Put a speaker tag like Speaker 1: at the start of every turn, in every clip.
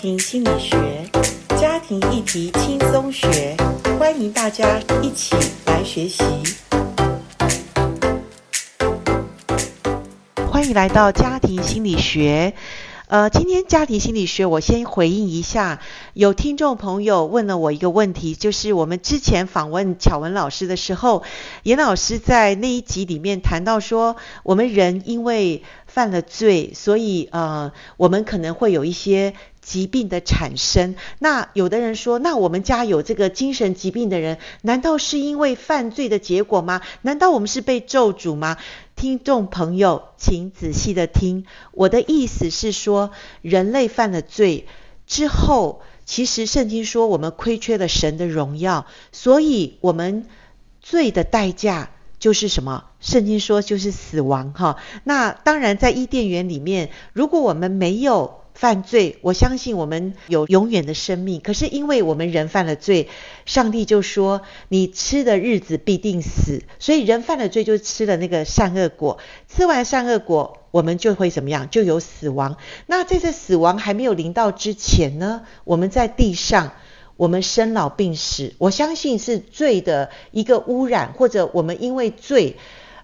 Speaker 1: 庭心理学，家庭议题轻松学，欢迎大家一起来学习。欢迎来到家庭心理学。呃，今天家庭心理学，我先回应一下，有听众朋友问了我一个问题，就是我们之前访问巧文老师的时候，严老师在那一集里面谈到说，我们人因为犯了罪，所以呃，我们可能会有一些疾病的产生。那有的人说，那我们家有这个精神疾病的人，难道是因为犯罪的结果吗？难道我们是被咒诅吗？听众朋友，请仔细的听，我的意思是说，人类犯了罪之后，其实圣经说我们亏缺了神的荣耀，所以我们罪的代价。就是什么？圣经说就是死亡哈。那当然，在伊甸园里面，如果我们没有犯罪，我相信我们有永远的生命。可是因为我们人犯了罪，上帝就说：“你吃的日子必定死。”所以人犯了罪就吃了那个善恶果，吃完善恶果，我们就会怎么样？就有死亡。那在这死亡还没有临到之前呢，我们在地上。我们生老病死，我相信是罪的一个污染，或者我们因为罪，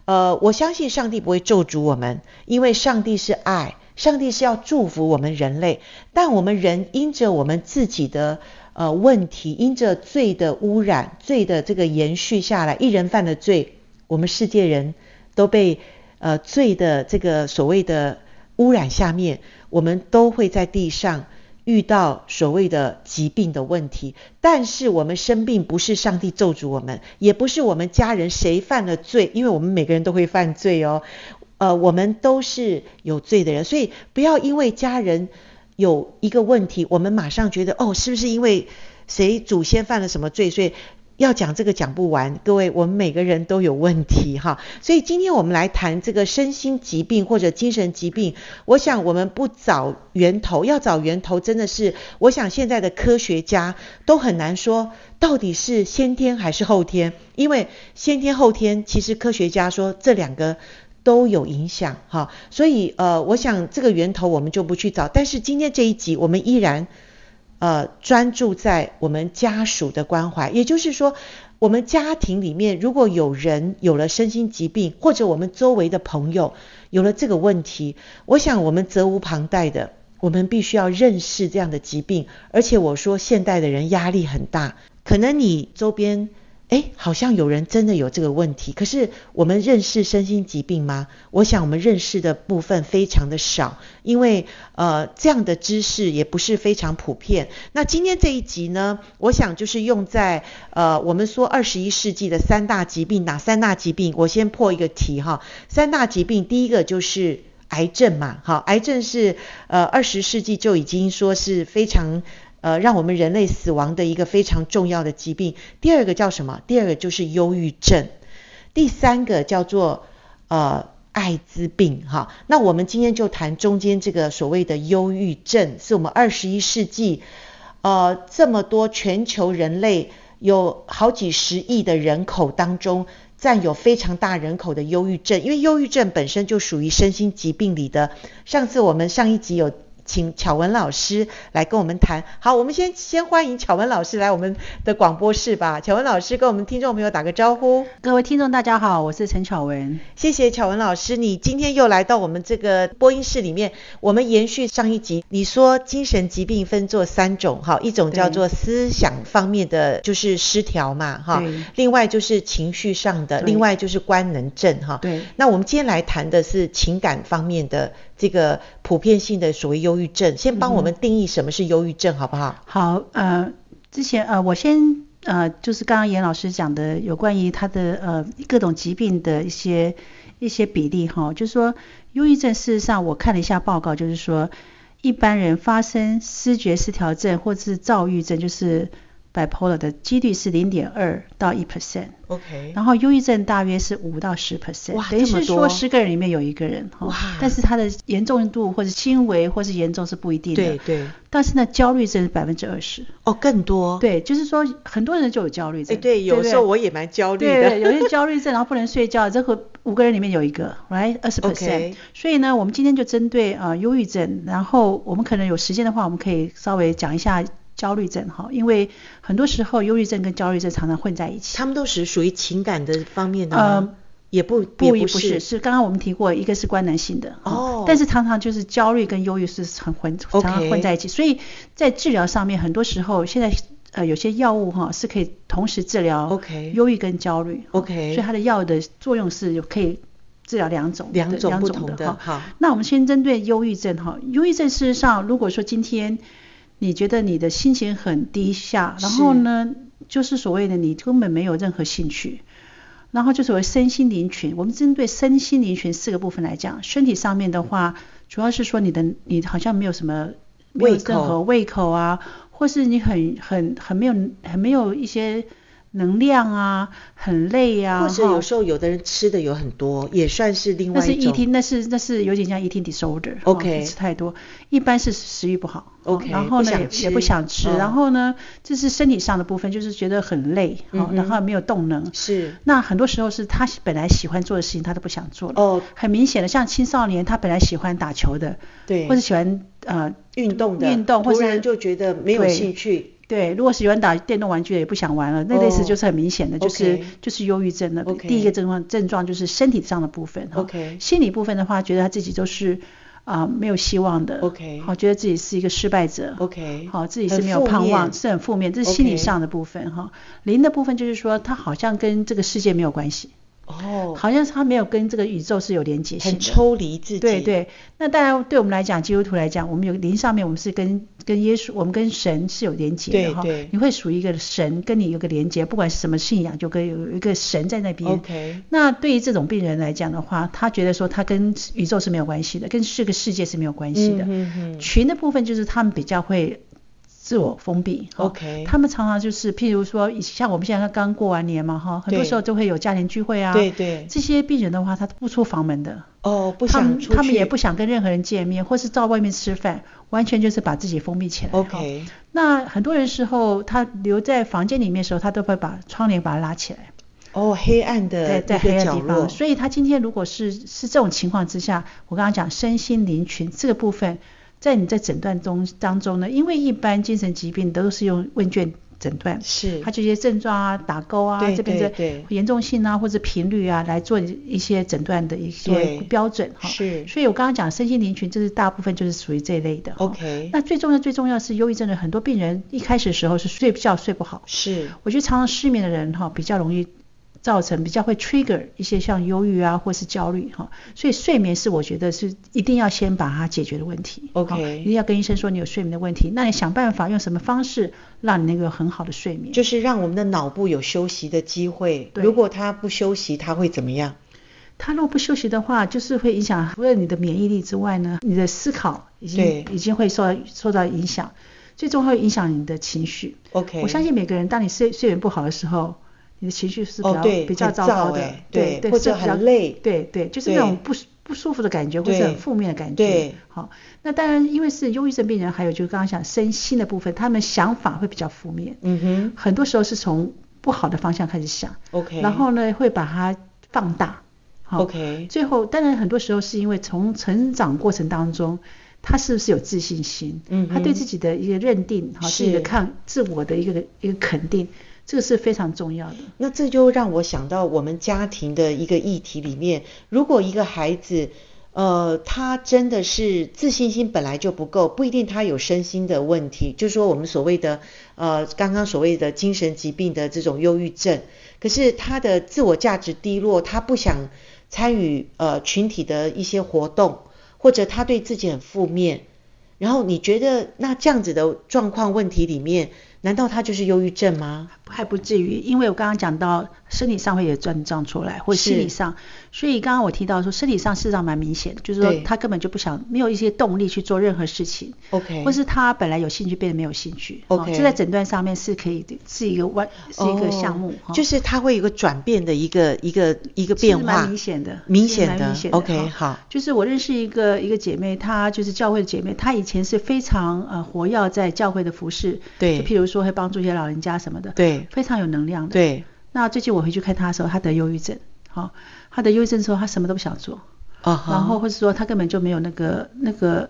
Speaker 1: 呃，我相信上帝不会咒诅我们，因为上帝是爱，上帝是要祝福我们人类。但我们人因着我们自己的呃问题，因着罪的污染、罪的这个延续下来，一人犯了罪，我们世界人都被呃罪的这个所谓的污染下面，我们都会在地上。遇到所谓的疾病的问题，但是我们生病不是上帝咒诅我们，也不是我们家人谁犯了罪，因为我们每个人都会犯罪哦，呃，我们都是有罪的人，所以不要因为家人有一个问题，我们马上觉得哦，是不是因为谁祖先犯了什么罪，所以要讲这个讲不完，各位，我们每个人都有问题哈，所以今天我们来谈这个身心疾病或者精神疾病，我想我们不找源头，要找源头真的是，我想现在的科学家都很难说到底是先天还是后天，因为先天后天其实科学家说这两个。都有影响哈，所以呃，我想这个源头我们就不去找，但是今天这一集我们依然。呃，专注在我们家属的关怀，也就是说，我们家庭里面如果有人有了身心疾病，或者我们周围的朋友有了这个问题，我想我们责无旁贷的，我们必须要认识这样的疾病。而且我说，现代的人压力很大，可能你周边。哎，好像有人真的有这个问题，可是我们认识身心疾病吗？我想我们认识的部分非常的少，因为呃这样的知识也不是非常普遍。那今天这一集呢，我想就是用在呃我们说二十一世纪的三大疾病，哪三大疾病？我先破一个题哈，三大疾病第一个就是。癌症嘛，好，癌症是呃二十世纪就已经说是非常呃让我们人类死亡的一个非常重要的疾病。第二个叫什么？第二个就是忧郁症，第三个叫做呃艾滋病哈。那我们今天就谈中间这个所谓的忧郁症，是我们二十一世纪呃这么多全球人类有好几十亿的人口当中。占有非常大人口的忧郁症，因为忧郁症本身就属于身心疾病里的。上次我们上一集有请巧文老师来跟我们谈。好，我们先先欢迎巧文老师来我们的广播室吧。巧文老师跟我们听众朋友打个招呼。
Speaker 2: 各位听众大家好，我是陈巧文。
Speaker 1: 谢谢巧文老师，你今天又来到我们这个播音室里面。我们延续上一集，你说精神疾病分作三种，哈，一种叫做思想方面的就是失调嘛，哈，另外就是情绪上的，另外就是官能症，哈。
Speaker 2: 对。
Speaker 1: 那我们今天来谈的是情感方面的这个普遍性的所谓忧郁症，先帮我们定义什么是忧郁症，好不好？
Speaker 2: 好，呃，之前呃，我先。呃，就是刚刚严老师讲的有关于他的呃各种疾病的一些一些比例哈，就是说忧郁症事实上我看了一下报告，就是说一般人发生失觉失调症或是躁郁症，就是 bipolar 的几率是零点二到一 percent。
Speaker 1: 嗯 OK。
Speaker 2: 然后忧郁症大约是五到十 percent，等于是说十个人里面有一个人哈。但是它的严重度或者轻微或是严重是不一定的。
Speaker 1: 对对。
Speaker 2: 但是呢，焦虑症是百分之二十。
Speaker 1: 哦，更多。
Speaker 2: 对，就是说很多人就有焦虑症。
Speaker 1: 哎对，有时候我也蛮焦虑的。
Speaker 2: 对，有些焦虑症，然后不能睡觉，这个五个人里面有一个，right，二十 percent。
Speaker 1: OK
Speaker 2: 所以呢，我们今天就针对呃忧郁症，然后我们可能有时间的话，我们可以稍微讲一下焦虑症哈，因为很多时候忧郁症跟焦虑症常常混在一起。
Speaker 1: 他们都是属于情感的方面的吗？
Speaker 2: 呃，
Speaker 1: 也不，
Speaker 2: 不
Speaker 1: 也
Speaker 2: 一
Speaker 1: 不
Speaker 2: 不是，是刚刚我们提过，一个是官能性的，哈
Speaker 1: 哦
Speaker 2: 但是常常就是焦虑跟忧郁是很混，常
Speaker 1: OK
Speaker 2: 常混在一起，所以在治疗上面，很多时候现在呃有些药物哈是可以同时治疗
Speaker 1: OK
Speaker 2: 忧郁跟焦虑哈
Speaker 1: OK
Speaker 2: 所以它的药的作用是有可以治疗两种
Speaker 1: 两
Speaker 2: 种
Speaker 1: 种不
Speaker 2: 种
Speaker 1: 同
Speaker 2: 的
Speaker 1: 的
Speaker 2: 哈。
Speaker 1: 哈。
Speaker 2: 那我们先针对忧郁症哈，忧郁症事实上，如果说今天你觉得你的心情很低下，然后
Speaker 1: 是
Speaker 2: 呢，就是所谓的你根本没有任何兴趣，然后就所谓身心灵群，我们针对身心灵群四个部分来讲，身体上面的话，主要是说你的你好像没有什么没有
Speaker 1: 胃口
Speaker 2: 任何胃口啊，或是你很很很没有很没有一些能量啊，很累啊，
Speaker 1: 或者有
Speaker 2: 哈
Speaker 1: 时候有的人吃的有很多，也算是另
Speaker 2: 那
Speaker 1: 外
Speaker 2: 是
Speaker 1: 一种。
Speaker 2: eating，那是那是有点像 eating disorder 哦。
Speaker 1: OK
Speaker 2: 就吃太多，一般是食欲不好。哦
Speaker 1: OK，
Speaker 2: 然后
Speaker 1: 不
Speaker 2: 呢
Speaker 1: 想
Speaker 2: 也
Speaker 1: 吃
Speaker 2: 也不想吃，
Speaker 1: 嗯
Speaker 2: 然后呢这是身体上的部分，就是觉得很累，
Speaker 1: 嗯
Speaker 2: 哦
Speaker 1: 哼
Speaker 2: 然后没有动能。
Speaker 1: 是
Speaker 2: 那很多时候是他本来喜欢做的事情，他都不想做了。
Speaker 1: 哦，
Speaker 2: 很明显的，像青少年，他本来喜欢打球的，
Speaker 1: 对，
Speaker 2: 或者喜欢呃，
Speaker 1: 运动的
Speaker 2: 运动或
Speaker 1: 突
Speaker 2: 是
Speaker 1: 然就觉得没有
Speaker 2: 对
Speaker 1: 兴趣。
Speaker 2: 对，如果喜欢打电动玩具的，也不想玩了。那类似
Speaker 1: 哦
Speaker 2: 就是很明显的，就是、
Speaker 1: OK
Speaker 2: 就是忧郁症的
Speaker 1: OK
Speaker 2: 第一个症状症状就是身体上的部分哈。
Speaker 1: OK
Speaker 2: 心理部分的话，觉得他自己都是啊、没有希望的
Speaker 1: OK
Speaker 2: 好，觉得自己是一个失败者
Speaker 1: OK，
Speaker 2: 好，自己是
Speaker 1: 很
Speaker 2: 没有
Speaker 1: 负
Speaker 2: 盼望，
Speaker 1: 面
Speaker 2: 是很负面，这是心理
Speaker 1: OK
Speaker 2: 上的部分哈。零的部分就是说，他好像跟这个世界没有关系，
Speaker 1: 哦，
Speaker 2: 好像他没有跟这个宇宙是有连接性
Speaker 1: 很
Speaker 2: 的。
Speaker 1: 抽离自己。
Speaker 2: 对对，那当然对我们来讲，基督徒来讲，我们有灵上面，我们是跟跟耶稣，我们跟神是有连接
Speaker 1: 对
Speaker 2: 的哈。
Speaker 1: 对
Speaker 2: 你会属于一个神，跟你有个连接，不管是什么信仰，就跟有一个神在那边。
Speaker 1: 哦 OK，
Speaker 2: 那对于这种病人来讲的话，他觉得说他跟宇宙是没有关系的，跟这个世界是没有关系的。
Speaker 1: 嗯嗯嗯
Speaker 2: 群的部分就是他们比较会自我封闭。哈
Speaker 1: OK
Speaker 2: 他们常常就是，譬如说，像我们现在刚过完年嘛，哈，很多
Speaker 1: 对
Speaker 2: 时候就会有家庭聚会啊。
Speaker 1: 对对，
Speaker 2: 这些病人的话，他不出房门的。
Speaker 1: 哦，不
Speaker 2: 他
Speaker 1: 想
Speaker 2: 们
Speaker 1: 出去。
Speaker 2: 他们也不想跟任何人见面，或是到外面吃饭，完全就是把自己封闭起来。哦
Speaker 1: OK，
Speaker 2: 那很多人时候他留在房间里面的时候，他都会把窗帘把它拉起来，
Speaker 1: 哦，黑暗的
Speaker 2: 在
Speaker 1: 一
Speaker 2: 在黑
Speaker 1: 个
Speaker 2: 暗
Speaker 1: 角
Speaker 2: 地方。
Speaker 1: 落。
Speaker 2: 所以他今天如果是是这种情况之下，我刚刚讲身心灵群这个部分，在你在诊断中当中呢，因为一般精神疾病都是用问卷诊断，
Speaker 1: 是
Speaker 2: 他这些症状啊、打勾啊，
Speaker 1: 对
Speaker 2: 这边
Speaker 1: 对
Speaker 2: 的
Speaker 1: 对
Speaker 2: 严重性啊或者频率啊来做一些诊断的
Speaker 1: 对
Speaker 2: 一些标准哈。
Speaker 1: 是
Speaker 2: 所以我刚刚讲身心灵群，就是大部分就是属于这一类的。
Speaker 1: OK，
Speaker 2: 那最重要最重要是忧郁症的很多病人一开始的时候是睡觉睡不好，
Speaker 1: 是
Speaker 2: 我觉得常常失眠的人哈比较容易造成比较会 trigger 一些像忧郁啊或是焦虑哈，所以睡眠是我觉得是一定要先把它解决的问题。
Speaker 1: OK
Speaker 2: 哈一定要跟医生说你有睡眠的问题，那你想办法用什么方式让你能够有很好的睡眠。
Speaker 1: 就是让我们的脑部有休息的机会。
Speaker 2: 对
Speaker 1: 如果他不休息，他会怎么样？
Speaker 2: 他如果不休息的话，就是会影响除了你的免疫力之外呢，你的思考已经
Speaker 1: 对
Speaker 2: 已经会受到受到影响，最终会影响你的情绪。
Speaker 1: OK，
Speaker 2: 我相信每个人，当你睡睡眠不好的时候，你的情绪是比较、
Speaker 1: 哦对
Speaker 2: 比较
Speaker 1: 很
Speaker 2: 糟糕
Speaker 1: 燥
Speaker 2: 的，
Speaker 1: 欸
Speaker 2: 对
Speaker 1: 对或
Speaker 2: 是
Speaker 1: 者
Speaker 2: 比较
Speaker 1: 很累
Speaker 2: 对对，就是
Speaker 1: 对
Speaker 2: 那种不舒不舒服的感觉，或是
Speaker 1: 对
Speaker 2: 很负面的感觉。
Speaker 1: 对，
Speaker 2: 好，那当然，因为是忧郁症病人，还有就是刚刚讲身心的部分，他们想法会比较负面，
Speaker 1: 嗯哼
Speaker 2: 很多时候是从不好的方向开始想，
Speaker 1: ，OK，
Speaker 2: 然后呢会把它放大。好
Speaker 1: OK，
Speaker 2: 最后，当然很多时候是因为从成长过程当中，他是不是有自信心？
Speaker 1: 嗯哼
Speaker 2: 他对自己的一个认定，哈，
Speaker 1: 是
Speaker 2: 是一个抗自我的一个一个肯定，这个是非常重要的。
Speaker 1: 那这就让我想到我们家庭的一个议题里面，如果一个孩子，呃，他真的是自信心本来就不够，不一定他有身心的问题，就是说我们所谓的呃，刚刚所谓的精神疾病的这种忧郁症，可是他的自我价值低落，他不想参与呃群体的一些活动，或者他对自己很负面，然后你觉得那这样子的状况问题里面，难道他就是忧郁症吗？
Speaker 2: 还不至于，因为我刚刚讲到生理上会有症状出来，或者
Speaker 1: 是
Speaker 2: 心理上，所以刚刚我提到说生理上事实上蛮明显的，就是说
Speaker 1: 对
Speaker 2: 他根本就不想，没有一些动力去做任何事情，
Speaker 1: OK，
Speaker 2: 或是他本来有兴趣变得没有兴趣。
Speaker 1: OK
Speaker 2: 哦、这在诊断上面是可以是一个完是一个项目，
Speaker 1: 哦
Speaker 2: 哈
Speaker 1: 就是它会有一个转变的一个一个一个
Speaker 2: 其实
Speaker 1: 变
Speaker 2: 蛮
Speaker 1: 化，
Speaker 2: 明显的，
Speaker 1: 明
Speaker 2: 其实
Speaker 1: 显
Speaker 2: 蛮
Speaker 1: 的
Speaker 2: 明显
Speaker 1: OK，
Speaker 2: 哈
Speaker 1: 好
Speaker 2: 就是我认识一个一个姐妹，她就是教会的姐妹，她以前是非常呃活跃在教会的服饰，
Speaker 1: 对
Speaker 2: 就譬如说会帮助一些老人家什么的，
Speaker 1: 对
Speaker 2: 非常有能量的。
Speaker 1: 对
Speaker 2: 那最近我回去看她的时候，她得忧郁症，哈、他的忧郁症之后，他什么都不想做，
Speaker 1: 啊哈，
Speaker 2: 然后或者说他根本就没有那个那个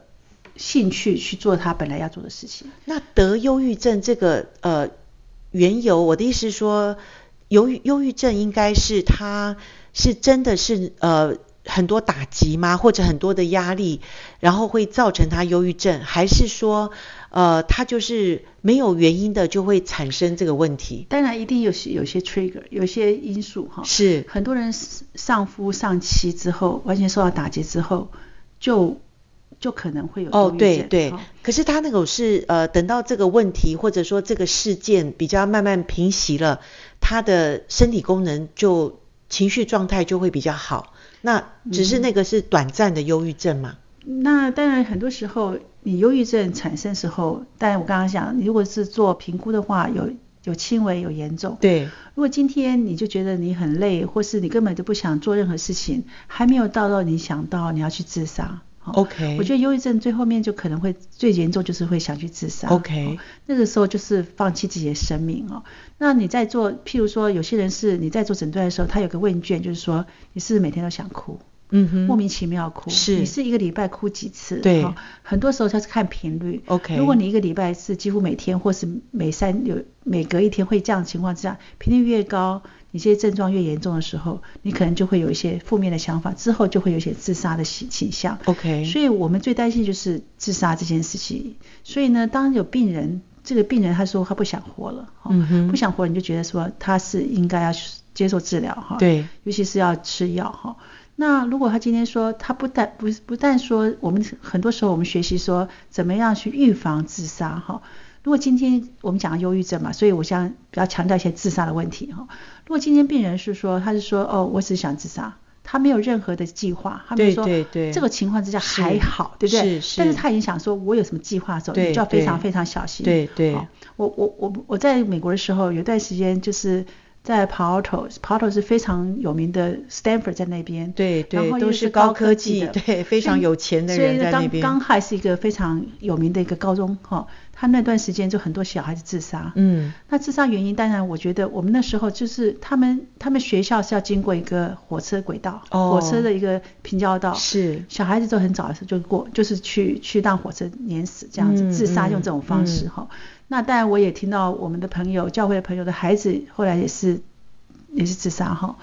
Speaker 2: 兴趣去做他本来要做的事情。
Speaker 1: 那得忧郁症这个呃缘由，我的意思是说，忧郁忧郁症应该是他是真的是呃很多打击吗？或者很多的压力，然后会造成他忧郁症，还是说呃他就是没有原因的就会产生这个问题？
Speaker 2: 当然，一定有些有些 trigger，有些因素哈。
Speaker 1: 是
Speaker 2: 很多人上夫上妻之后，完全受到打击之后，就就可能会有
Speaker 1: 哦
Speaker 2: 忧，郁
Speaker 1: 对
Speaker 2: 症
Speaker 1: 对
Speaker 2: 哈，
Speaker 1: 可是他那个是呃，等到这个问题或者说这个事件比较慢慢平息了，他的身体功能就情绪状态就会比较好。那只是
Speaker 2: 嗯
Speaker 1: 那个是短暂的忧郁症嘛？
Speaker 2: 那当然，很多时候你忧郁症产生时候，当然我刚刚讲，你如果是做评估的话，有有轻微有严重。
Speaker 1: 对，
Speaker 2: 如果今天你就觉得你很累，或是你根本就不想做任何事情，还没有到到你想到你要去自杀。哦
Speaker 1: OK
Speaker 2: 我觉得忧郁症最后面就可能会最严重，就是会想去自杀。
Speaker 1: OK
Speaker 2: 哦那个时候就是放弃自己的生命哦。那你在做，譬如说有些人是你在做诊断的时候，他有个问卷，就是说你是不是每天都想哭？
Speaker 1: 嗯哼，
Speaker 2: 莫名其妙哭，
Speaker 1: 是
Speaker 2: 你是一个礼拜哭几次？
Speaker 1: 对
Speaker 2: 哦很多时候它是看频率。
Speaker 1: OK
Speaker 2: 如果你一个礼拜是几乎每天或是每三有每隔一天会这样的情况之下，频率越高，你这些症状越严重的时候，你可能就会有一些负面的想法，之后就会有一些自杀的倾倾向。
Speaker 1: OK
Speaker 2: 所以我们最担心就是自杀这件事情。所以呢，当有病人，这个病人他说他不想活了，哦
Speaker 1: 嗯哼
Speaker 2: 不想活，你就觉得说他是应该要接受治疗哈。
Speaker 1: 对
Speaker 2: 尤其是要吃药哈。那如果他今天说他不但不不但说我们很多时候我们学习说怎么样去预防自杀哈。如果今天我们讲忧郁症嘛，所以我想比较强调一些自杀的问题哈。如果今天病人是说他是说哦我只想自杀，他没有任何的计划，他没有
Speaker 1: 对
Speaker 2: 说
Speaker 1: 对对
Speaker 2: 这个情况之下
Speaker 1: 是
Speaker 2: 还好，对不对？
Speaker 1: 是是
Speaker 2: 但是他已经想说我有什么计划的时候，
Speaker 1: 对
Speaker 2: 你就要非常
Speaker 1: 对
Speaker 2: 非常小心。
Speaker 1: 对对
Speaker 2: 好我我我我在美国的时候，有一段时间就是在 p a l t o p a l t o 是非常有名的 Stanford 在那边，
Speaker 1: 对对
Speaker 2: 然后又
Speaker 1: 都是
Speaker 2: 是
Speaker 1: 高
Speaker 2: 高
Speaker 1: 科
Speaker 2: 科
Speaker 1: 技
Speaker 2: 的
Speaker 1: 对非常有钱的人
Speaker 2: 所以
Speaker 1: 在那
Speaker 2: 刚
Speaker 1: 边
Speaker 2: 刚还是一个非常有名的一个高中哈、他那段时间就很多小孩子自杀，
Speaker 1: 嗯，
Speaker 2: 那自杀原因当然我觉得我们那时候就是他们他们学校是要经过一个火车轨道，
Speaker 1: 哦
Speaker 2: 火车的一个平交道，
Speaker 1: 是
Speaker 2: 小孩子都很早的时候就过，就是去去让火车碾死这样子，
Speaker 1: 嗯
Speaker 2: 自杀
Speaker 1: 嗯
Speaker 2: 用这种方式
Speaker 1: 嗯
Speaker 2: 哈、那当然我也听到我们的朋友，教会的朋友的孩子后来也是也是自杀哈。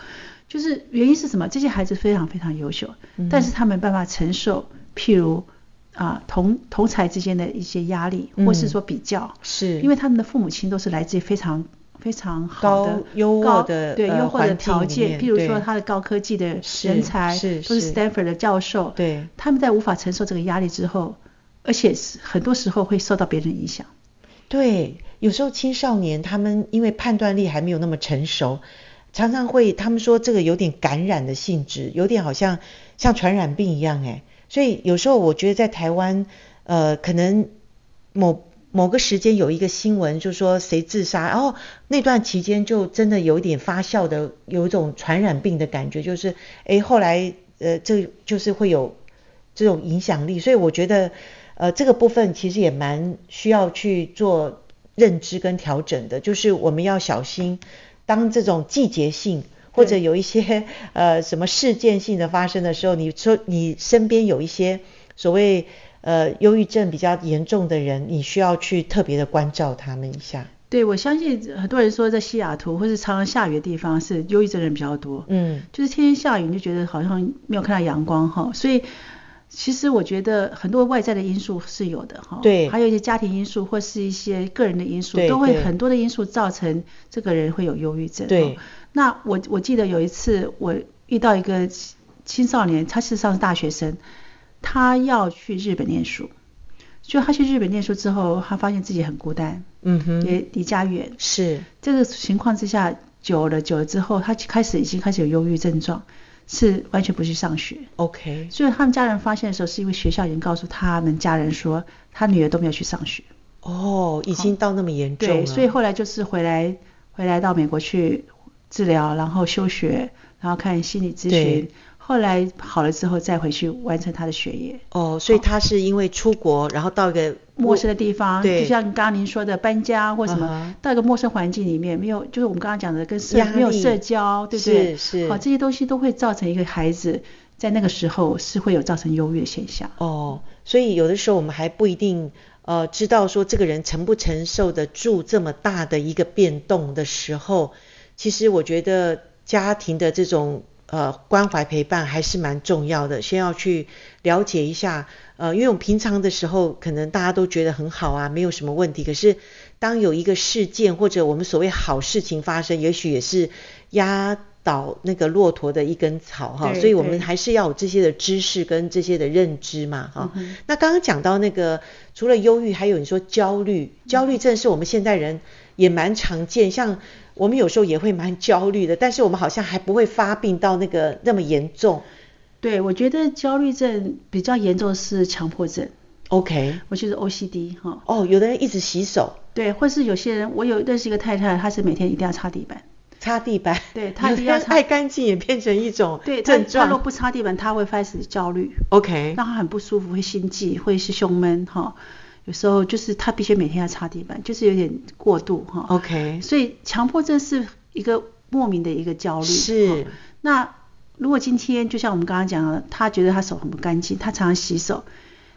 Speaker 2: 就是原因是什么？这些孩子非常非常优秀，
Speaker 1: 嗯
Speaker 2: 但是他没办法承受，譬如啊、同同才之间的一些压力，或是
Speaker 1: 嗯
Speaker 2: 说比较，
Speaker 1: 是，
Speaker 2: 因为他们的父母亲都是来自于非常非常好的
Speaker 1: 高优渥
Speaker 2: 高
Speaker 1: 的
Speaker 2: 对优
Speaker 1: 呃
Speaker 2: 渥
Speaker 1: 环
Speaker 2: 的
Speaker 1: 境
Speaker 2: 条
Speaker 1: 里
Speaker 2: 件，
Speaker 1: 面
Speaker 2: 譬如
Speaker 1: 对
Speaker 2: 说他的高科技的
Speaker 1: 是
Speaker 2: 人才，
Speaker 1: 是
Speaker 2: 都
Speaker 1: 是
Speaker 2: 是 Stanford 的教授，
Speaker 1: 对
Speaker 2: 他们在无法承受这个压力之后，而且是很多时候会受到别人影响。
Speaker 1: 对，有时候青少年他们因为判断力还没有那么成熟，常常会他们说这个有点感染的性质，有点好像像传染病一样哎，所以有时候我觉得在台湾，呃，可能某某个时间有一个新闻，就说谁自杀，然后那段期间就真的有一点发酵的，有一种传染病的感觉，就是诶，后来呃，这就是会有这种影响力，所以我觉得呃这个部分其实也蛮需要去做认知跟调整的，就是我们要小心，当这种季节性。或者有一些 呃什么事件性的发生的时候，你说你身边有一些所谓呃忧郁症比较严重的人，你需要去特别的关照他们一下。
Speaker 2: 对，我相信很多人说在西雅图或是常常下雨的地方是忧郁症人比较多，
Speaker 1: 嗯，
Speaker 2: 就是天天下雨你就觉得好像没有看到阳光哈，所以其实我觉得很多外在的因素是有的哈，
Speaker 1: 对
Speaker 2: 还有一些家庭因素或是一些个人的因素
Speaker 1: 对，
Speaker 2: 都会
Speaker 1: 对
Speaker 2: 很多的因素造成这个人会有忧郁症。
Speaker 1: 对
Speaker 2: 哈那我我记得有一次我遇到一个青青少年，他事实上是大学生，他要去日本念书，就他去日本念书之后，他发现自己很孤单，
Speaker 1: 嗯哼
Speaker 2: 也离家远，
Speaker 1: 是
Speaker 2: 这个情况之下，久了久了之后，他开始已经开始有忧郁症状，是完全不去上学。
Speaker 1: OK，
Speaker 2: 所以他们家人发现的时候，是因为学校已经告诉他们家人说，他女儿都没有去上学。
Speaker 1: 哦，已经到那么严重
Speaker 2: 对，
Speaker 1: 了，
Speaker 2: 所以后来就是回来回来到美国去治疗，然后休学，然后看心理咨询
Speaker 1: 对。
Speaker 2: 后来好了之后再回去完成他的学业。
Speaker 1: 哦，所以他是因为出国，然后到一个
Speaker 2: 陌生的地方，
Speaker 1: 对
Speaker 2: 就像刚刚您说的搬家或什么，
Speaker 1: 嗯哼
Speaker 2: 到一个陌生环境里面，没有就是我们刚刚讲的跟社
Speaker 1: 压力
Speaker 2: 没有社交，对不对？
Speaker 1: 是是
Speaker 2: 好，这些东西都会造成一个孩子在那个时候是会有造成忧郁的现象。
Speaker 1: 哦，所以有的时候我们还不一定呃知道说这个人承不承受得住这么大的一个变动的时候，其实我觉得家庭的这种呃关怀陪伴还是蛮重要的，先要去了解一下。呃，因为我们平常的时候可能大家都觉得很好啊，没有什么问题，可是当有一个事件或者我们所谓好事情发生，也许也是压倒那个骆驼的一根草哈，
Speaker 2: 对
Speaker 1: 所以我们
Speaker 2: 对
Speaker 1: 还是要有这些的知识跟这些的认知嘛哈。
Speaker 2: 嗯哼
Speaker 1: 那刚刚讲到那个，除了忧郁，还有你说焦虑，
Speaker 2: 嗯
Speaker 1: 焦虑症是我们现代人也蛮常见，像我们有时候也会蛮焦虑的，但是我们好像还不会发病到那个那么严重。
Speaker 2: 对，我觉得焦虑症比较严重的是强迫症，
Speaker 1: OK，
Speaker 2: 我就是 OCD 哈、
Speaker 1: 哦，有的人一直洗手、
Speaker 2: 对，或是有些人，我有认识一个太太，她是每天一定要擦地板。
Speaker 1: 擦地板，
Speaker 2: 对他
Speaker 1: 有的
Speaker 2: 一定要
Speaker 1: 人
Speaker 2: 擦
Speaker 1: 爱干净也变成一种
Speaker 2: 对，她
Speaker 1: 哦症
Speaker 2: 她
Speaker 1: 状
Speaker 2: 若。不擦地板，她会开始焦虑，
Speaker 1: OK，
Speaker 2: 让她很不舒服，会心悸，会是胸闷哈、有时候就是她必须每天要擦地板，就是有点过度哈。
Speaker 1: OK
Speaker 2: 所以强迫症是一个莫名的一个焦虑。
Speaker 1: 是
Speaker 2: 哈那如果今天就像我们刚刚讲的，她觉得她手很不干净，她常常洗手，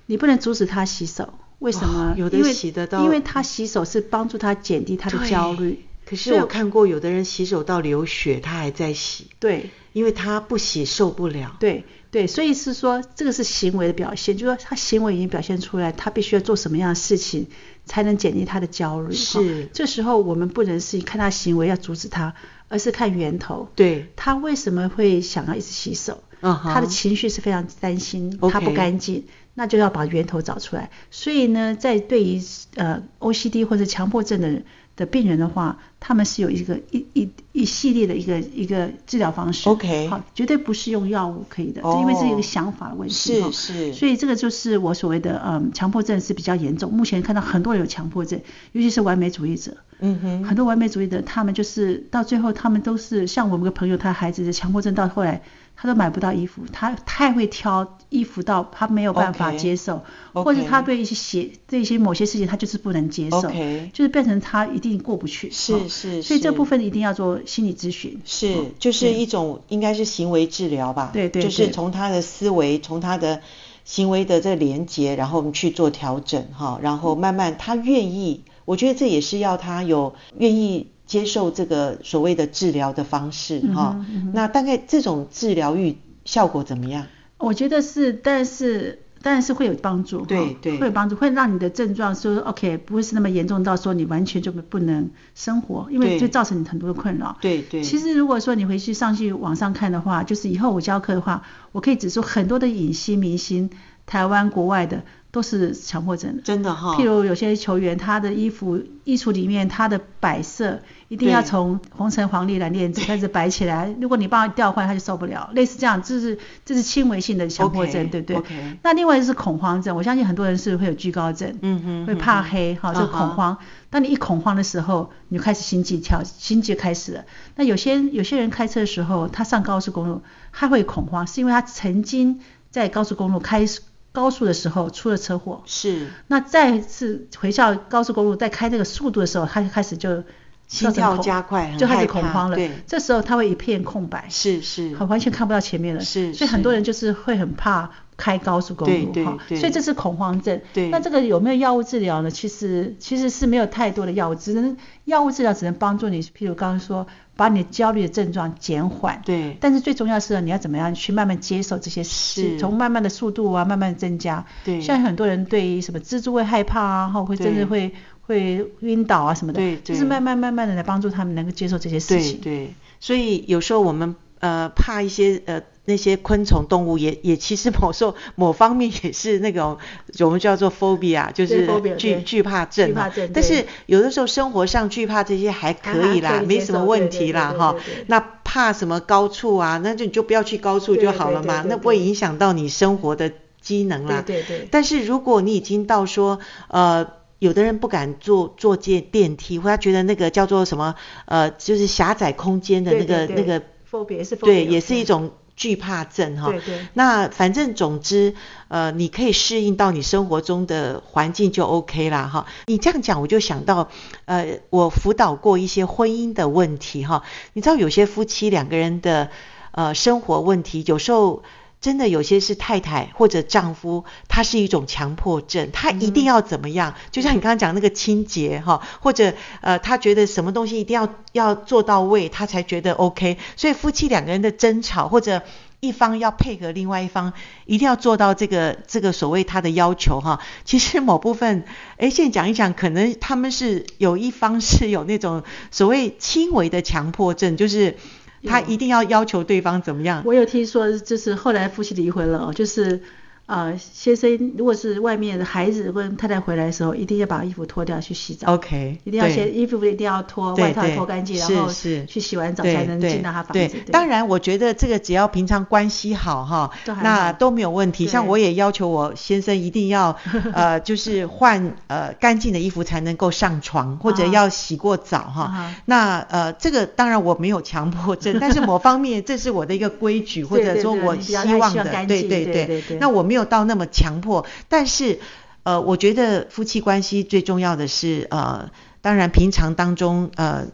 Speaker 2: 你不能阻止她洗手。为什么？
Speaker 1: 哦有的
Speaker 2: 因为
Speaker 1: 洗得到
Speaker 2: 因为她洗手是帮助她减低她的
Speaker 1: 对
Speaker 2: 焦虑。
Speaker 1: 可是
Speaker 2: 所以
Speaker 1: 我看过有的人洗手到流血，他还在洗，
Speaker 2: 对，
Speaker 1: 因为他不洗受不了。
Speaker 2: 对对，所以是说这个是行为的表现，就是说他行为已经表现出来，他必须要做什么样的事情才能减低他的焦虑。哈
Speaker 1: 是
Speaker 2: 这时候我们不能是看他行为要阻止他，而是看源头。
Speaker 1: 对，
Speaker 2: 他为什么会想要一直洗手？
Speaker 1: 嗯哼
Speaker 2: 他的情绪是非常担心，
Speaker 1: OK
Speaker 2: 他不干净，那就要把源头找出来。所以呢，在对于呃 OCD 或者强迫症的人的病人的话，他们是有一个一一一系列的一个一个治疗方式。
Speaker 1: OK
Speaker 2: 好，绝对不是用药物可以的，
Speaker 1: 哦
Speaker 2: 这因为这是一个想法的问题。
Speaker 1: 是
Speaker 2: 哈
Speaker 1: 是
Speaker 2: 所以这个就是我所谓的嗯强迫症是比较严重，目前看到很多人有强迫症，尤其是完美主义者。
Speaker 1: 嗯哼，
Speaker 2: 很多完美主义的，他们就是到最后，他们都是像我们个朋友，他孩子的强迫症，到后来他都买不到衣服，他太会挑衣服到他没有办法
Speaker 1: OK，
Speaker 2: 接受
Speaker 1: OK
Speaker 2: 或者他对一些鞋对一些某些事情他就是不能接受
Speaker 1: OK
Speaker 2: 就是变成他一定过不去。
Speaker 1: 是
Speaker 2: 哦
Speaker 1: 是
Speaker 2: 所以这
Speaker 1: 是
Speaker 2: 部分一定要做心理咨询。
Speaker 1: 是
Speaker 2: 哦，
Speaker 1: 就是
Speaker 2: 对
Speaker 1: 一种应该是行为治疗吧，
Speaker 2: 对对
Speaker 1: 就是
Speaker 2: 对
Speaker 1: 从他的思维，从他的行为的这个连接，然后我们去做调整哈，然后慢慢他愿意，我觉得这也是要他有愿意接受这个所谓的治疗的方式哈、
Speaker 2: 嗯哼嗯哼
Speaker 1: 那大概这种治疗愈效果怎么样？
Speaker 2: 我觉得是，但是但是会有帮助，
Speaker 1: 对
Speaker 2: 哈
Speaker 1: 对
Speaker 2: 会有帮助，会让你的症状说 OK 不会是那么严重到说你完全就不能生活，因
Speaker 1: 对
Speaker 2: 为就造成你很多的困扰。
Speaker 1: 对对
Speaker 2: 其实如果说你回去上去网上看的话，就是以后我教课的话，我可以指出很多的影星、明星，台湾、国外的都是强迫症的。
Speaker 1: 真的哈、
Speaker 2: 譬如有些球员，他的衣服、衣橱里面，他的摆设一定要
Speaker 1: 对
Speaker 2: 从红橙黄绿蓝靛紫开始摆起来。如果你帮他调换，他就受不了。类似这样，这是这是轻微性的强迫症
Speaker 1: OK，
Speaker 2: 对不对
Speaker 1: OK
Speaker 2: 那另外就是恐慌症，我相信很多人是会有惧高症，
Speaker 1: 嗯哼
Speaker 2: 会怕黑，哈、
Speaker 1: 嗯哼
Speaker 2: 这个恐慌。当你一恐慌的时候，你就开始心悸跳，心悸开始了。那有些有些人开车的时候，他上高速公路，他会恐慌，是因为他曾经在高速公路开高速的时候出了车祸。
Speaker 1: 是
Speaker 2: 那再一次回校高速公路，在开这个速度的时候，他就开始就
Speaker 1: 心跳加快很
Speaker 2: 就开
Speaker 1: 害
Speaker 2: 始
Speaker 1: 怕
Speaker 2: 恐慌了。
Speaker 1: 对
Speaker 2: 这时候他会一片空白，
Speaker 1: 是是
Speaker 2: 很完全看不到前面了。
Speaker 1: 是
Speaker 2: 所以
Speaker 1: 是
Speaker 2: 很多人就是会很怕开高速公
Speaker 1: 对
Speaker 2: 路
Speaker 1: 对
Speaker 2: 哈，
Speaker 1: 对
Speaker 2: 所以这是恐慌症。
Speaker 1: 对
Speaker 2: 那这个有没有药物治疗呢？其实其实是没有太多的药物，只能药物治疗只能帮助你，譬如刚刚说，把你的焦虑的症状减缓。
Speaker 1: 对
Speaker 2: 但是最重要的是你要怎么样去慢慢接受这些
Speaker 1: 是
Speaker 2: 事，从慢慢的速度啊，慢慢增加。
Speaker 1: 对
Speaker 2: 像很多人对于什么蜘蛛会害怕啊，或会真
Speaker 1: 对
Speaker 2: 的会会晕倒啊什么的，
Speaker 1: 对对
Speaker 2: 就是慢慢慢慢的来帮助他们能够接受这些事
Speaker 1: 对
Speaker 2: 情。
Speaker 1: 对，所以有时候我们呃怕一些呃那些昆虫动物也也其实某时候某方面也是那种我们叫做 phobia，就
Speaker 2: 对
Speaker 1: 是
Speaker 2: phobia，
Speaker 1: 惧
Speaker 2: 对
Speaker 1: 惧怕症
Speaker 2: 惧
Speaker 1: 啊。
Speaker 2: 怕症
Speaker 1: 但
Speaker 2: 对
Speaker 1: 是有的时候生活上惧怕这些还可以
Speaker 2: 啊
Speaker 1: 啦，
Speaker 2: 可以
Speaker 1: 没
Speaker 2: 接
Speaker 1: 什么
Speaker 2: 受
Speaker 1: 问
Speaker 2: 对
Speaker 1: 题
Speaker 2: 对
Speaker 1: 啦
Speaker 2: 对
Speaker 1: 哈
Speaker 2: 对对。
Speaker 1: 那怕什么高处啊？那就你就不要去高处
Speaker 2: 对
Speaker 1: 就
Speaker 2: 对
Speaker 1: 好了
Speaker 2: 对
Speaker 1: 嘛，
Speaker 2: 对
Speaker 1: 那
Speaker 2: 对
Speaker 1: 不会影响到你生活的机能啦。
Speaker 2: 对对对
Speaker 1: 但是如果你已经到说，呃，有的人不敢坐坐电电梯，或他觉得那个叫做什么，呃，就是狭窄空间的那
Speaker 2: 对
Speaker 1: 个
Speaker 2: 对
Speaker 1: 那个，
Speaker 2: phobia 也是 phobia，
Speaker 1: 对，也是一种惧怕症哈。
Speaker 2: 对对
Speaker 1: 那反正总之，呃，你可以适应到你生活中的环境就 OK 啦哈。你这样讲，我就想到，呃，我辅导过一些婚姻的问题哈。你知道有些夫妻两个人的呃生活问题，有时候真的有些是太太或者丈夫，他是一种强迫
Speaker 2: 嗯
Speaker 1: 症，他一定要怎么样？就像你刚刚讲那个清洁哈，或者呃，他觉得什么东西一定要要做到位，他才觉得 OK。所以夫妻两个人的争吵或者一方要配合另外一方，一定要做到这个这个所谓他的要求哈。其实某部分，诶，现在讲一讲，可能他们是有一方是有那种所谓轻微的强迫症，就是他一定要要求对方怎么样。
Speaker 2: 我有听说，就是后来夫妻离婚了哦，就是呃，先生如果是外面的孩子跟太太回来的时候，一定要把衣服脱掉去洗澡。
Speaker 1: OK，
Speaker 2: 一定要
Speaker 1: 对
Speaker 2: 先衣服一定要脱，
Speaker 1: 对
Speaker 2: 外套
Speaker 1: 对
Speaker 2: 脱干净，
Speaker 1: 是
Speaker 2: 然后
Speaker 1: 是
Speaker 2: 去洗完澡
Speaker 1: 对
Speaker 2: 才能
Speaker 1: 对
Speaker 2: 进到他房
Speaker 1: 对
Speaker 2: 子。对
Speaker 1: 当然，我觉得这个只要平常关系好哈
Speaker 2: 都，还
Speaker 1: 那
Speaker 2: 好
Speaker 1: 都没有问题。
Speaker 2: 对
Speaker 1: 像我也要求我先生一定 要呃，就是换呃干净的衣服才能够上床，或者
Speaker 2: 啊
Speaker 1: 要洗过澡哈。
Speaker 2: 啊
Speaker 1: 那呃，这个当然我没有强迫 症，但是某方面这是我的一个规矩，或
Speaker 2: 对
Speaker 1: 者
Speaker 2: 对
Speaker 1: 说
Speaker 2: 对
Speaker 1: 我
Speaker 2: 你比
Speaker 1: 希
Speaker 2: 较还
Speaker 1: 望
Speaker 2: 希望
Speaker 1: 的，
Speaker 2: 干
Speaker 1: 对
Speaker 2: 净
Speaker 1: 对
Speaker 2: 对对对
Speaker 1: 那我没有到那么强迫，但是呃，我觉得夫妻关系最重要的是呃，当然平常当中呃。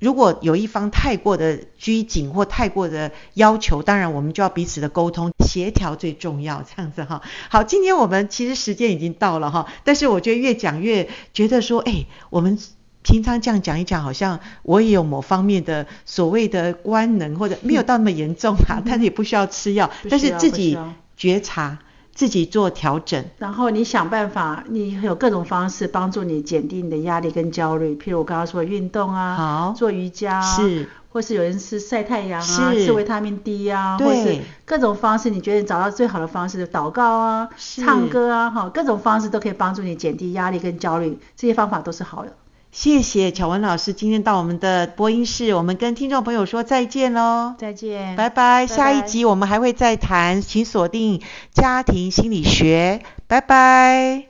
Speaker 1: 如果有一方太过的拘谨或太过的要求，当然我们就要彼此的沟通协调最重要，这样子哈。好，今天我们其实时间已经到了哈，但是我觉得越讲越觉得说，哎，我们平常这样讲一讲，好像我也有某方面的所谓的官能，或者没有到那么严重啊，但是也不需要吃药，
Speaker 2: 嗯不需要
Speaker 1: 但是自己
Speaker 2: 不需要
Speaker 1: 觉察，自己做调整。
Speaker 2: 然后你想办法，你有各种方式帮助你减低你的压力跟焦虑，譬如我刚刚说的运动
Speaker 1: 好
Speaker 2: 啊，做瑜伽啊，
Speaker 1: 是
Speaker 2: 或是有人是晒太阳啊，
Speaker 1: 是
Speaker 2: 吃维他命 D 啊，
Speaker 1: 对
Speaker 2: 或是各种方式，你觉得你找到最好的方式，祷告啊，
Speaker 1: 是
Speaker 2: 唱歌啊，哈，各种方式都可以帮助你减低压力跟焦虑，这些方法都是好的。
Speaker 1: 谢谢巧文老师今天到我们的播音室，我们跟听众朋友说再见喽。
Speaker 2: 再见，
Speaker 1: 拜拜，下一集我们还会再谈，请锁定家庭心理学，拜拜。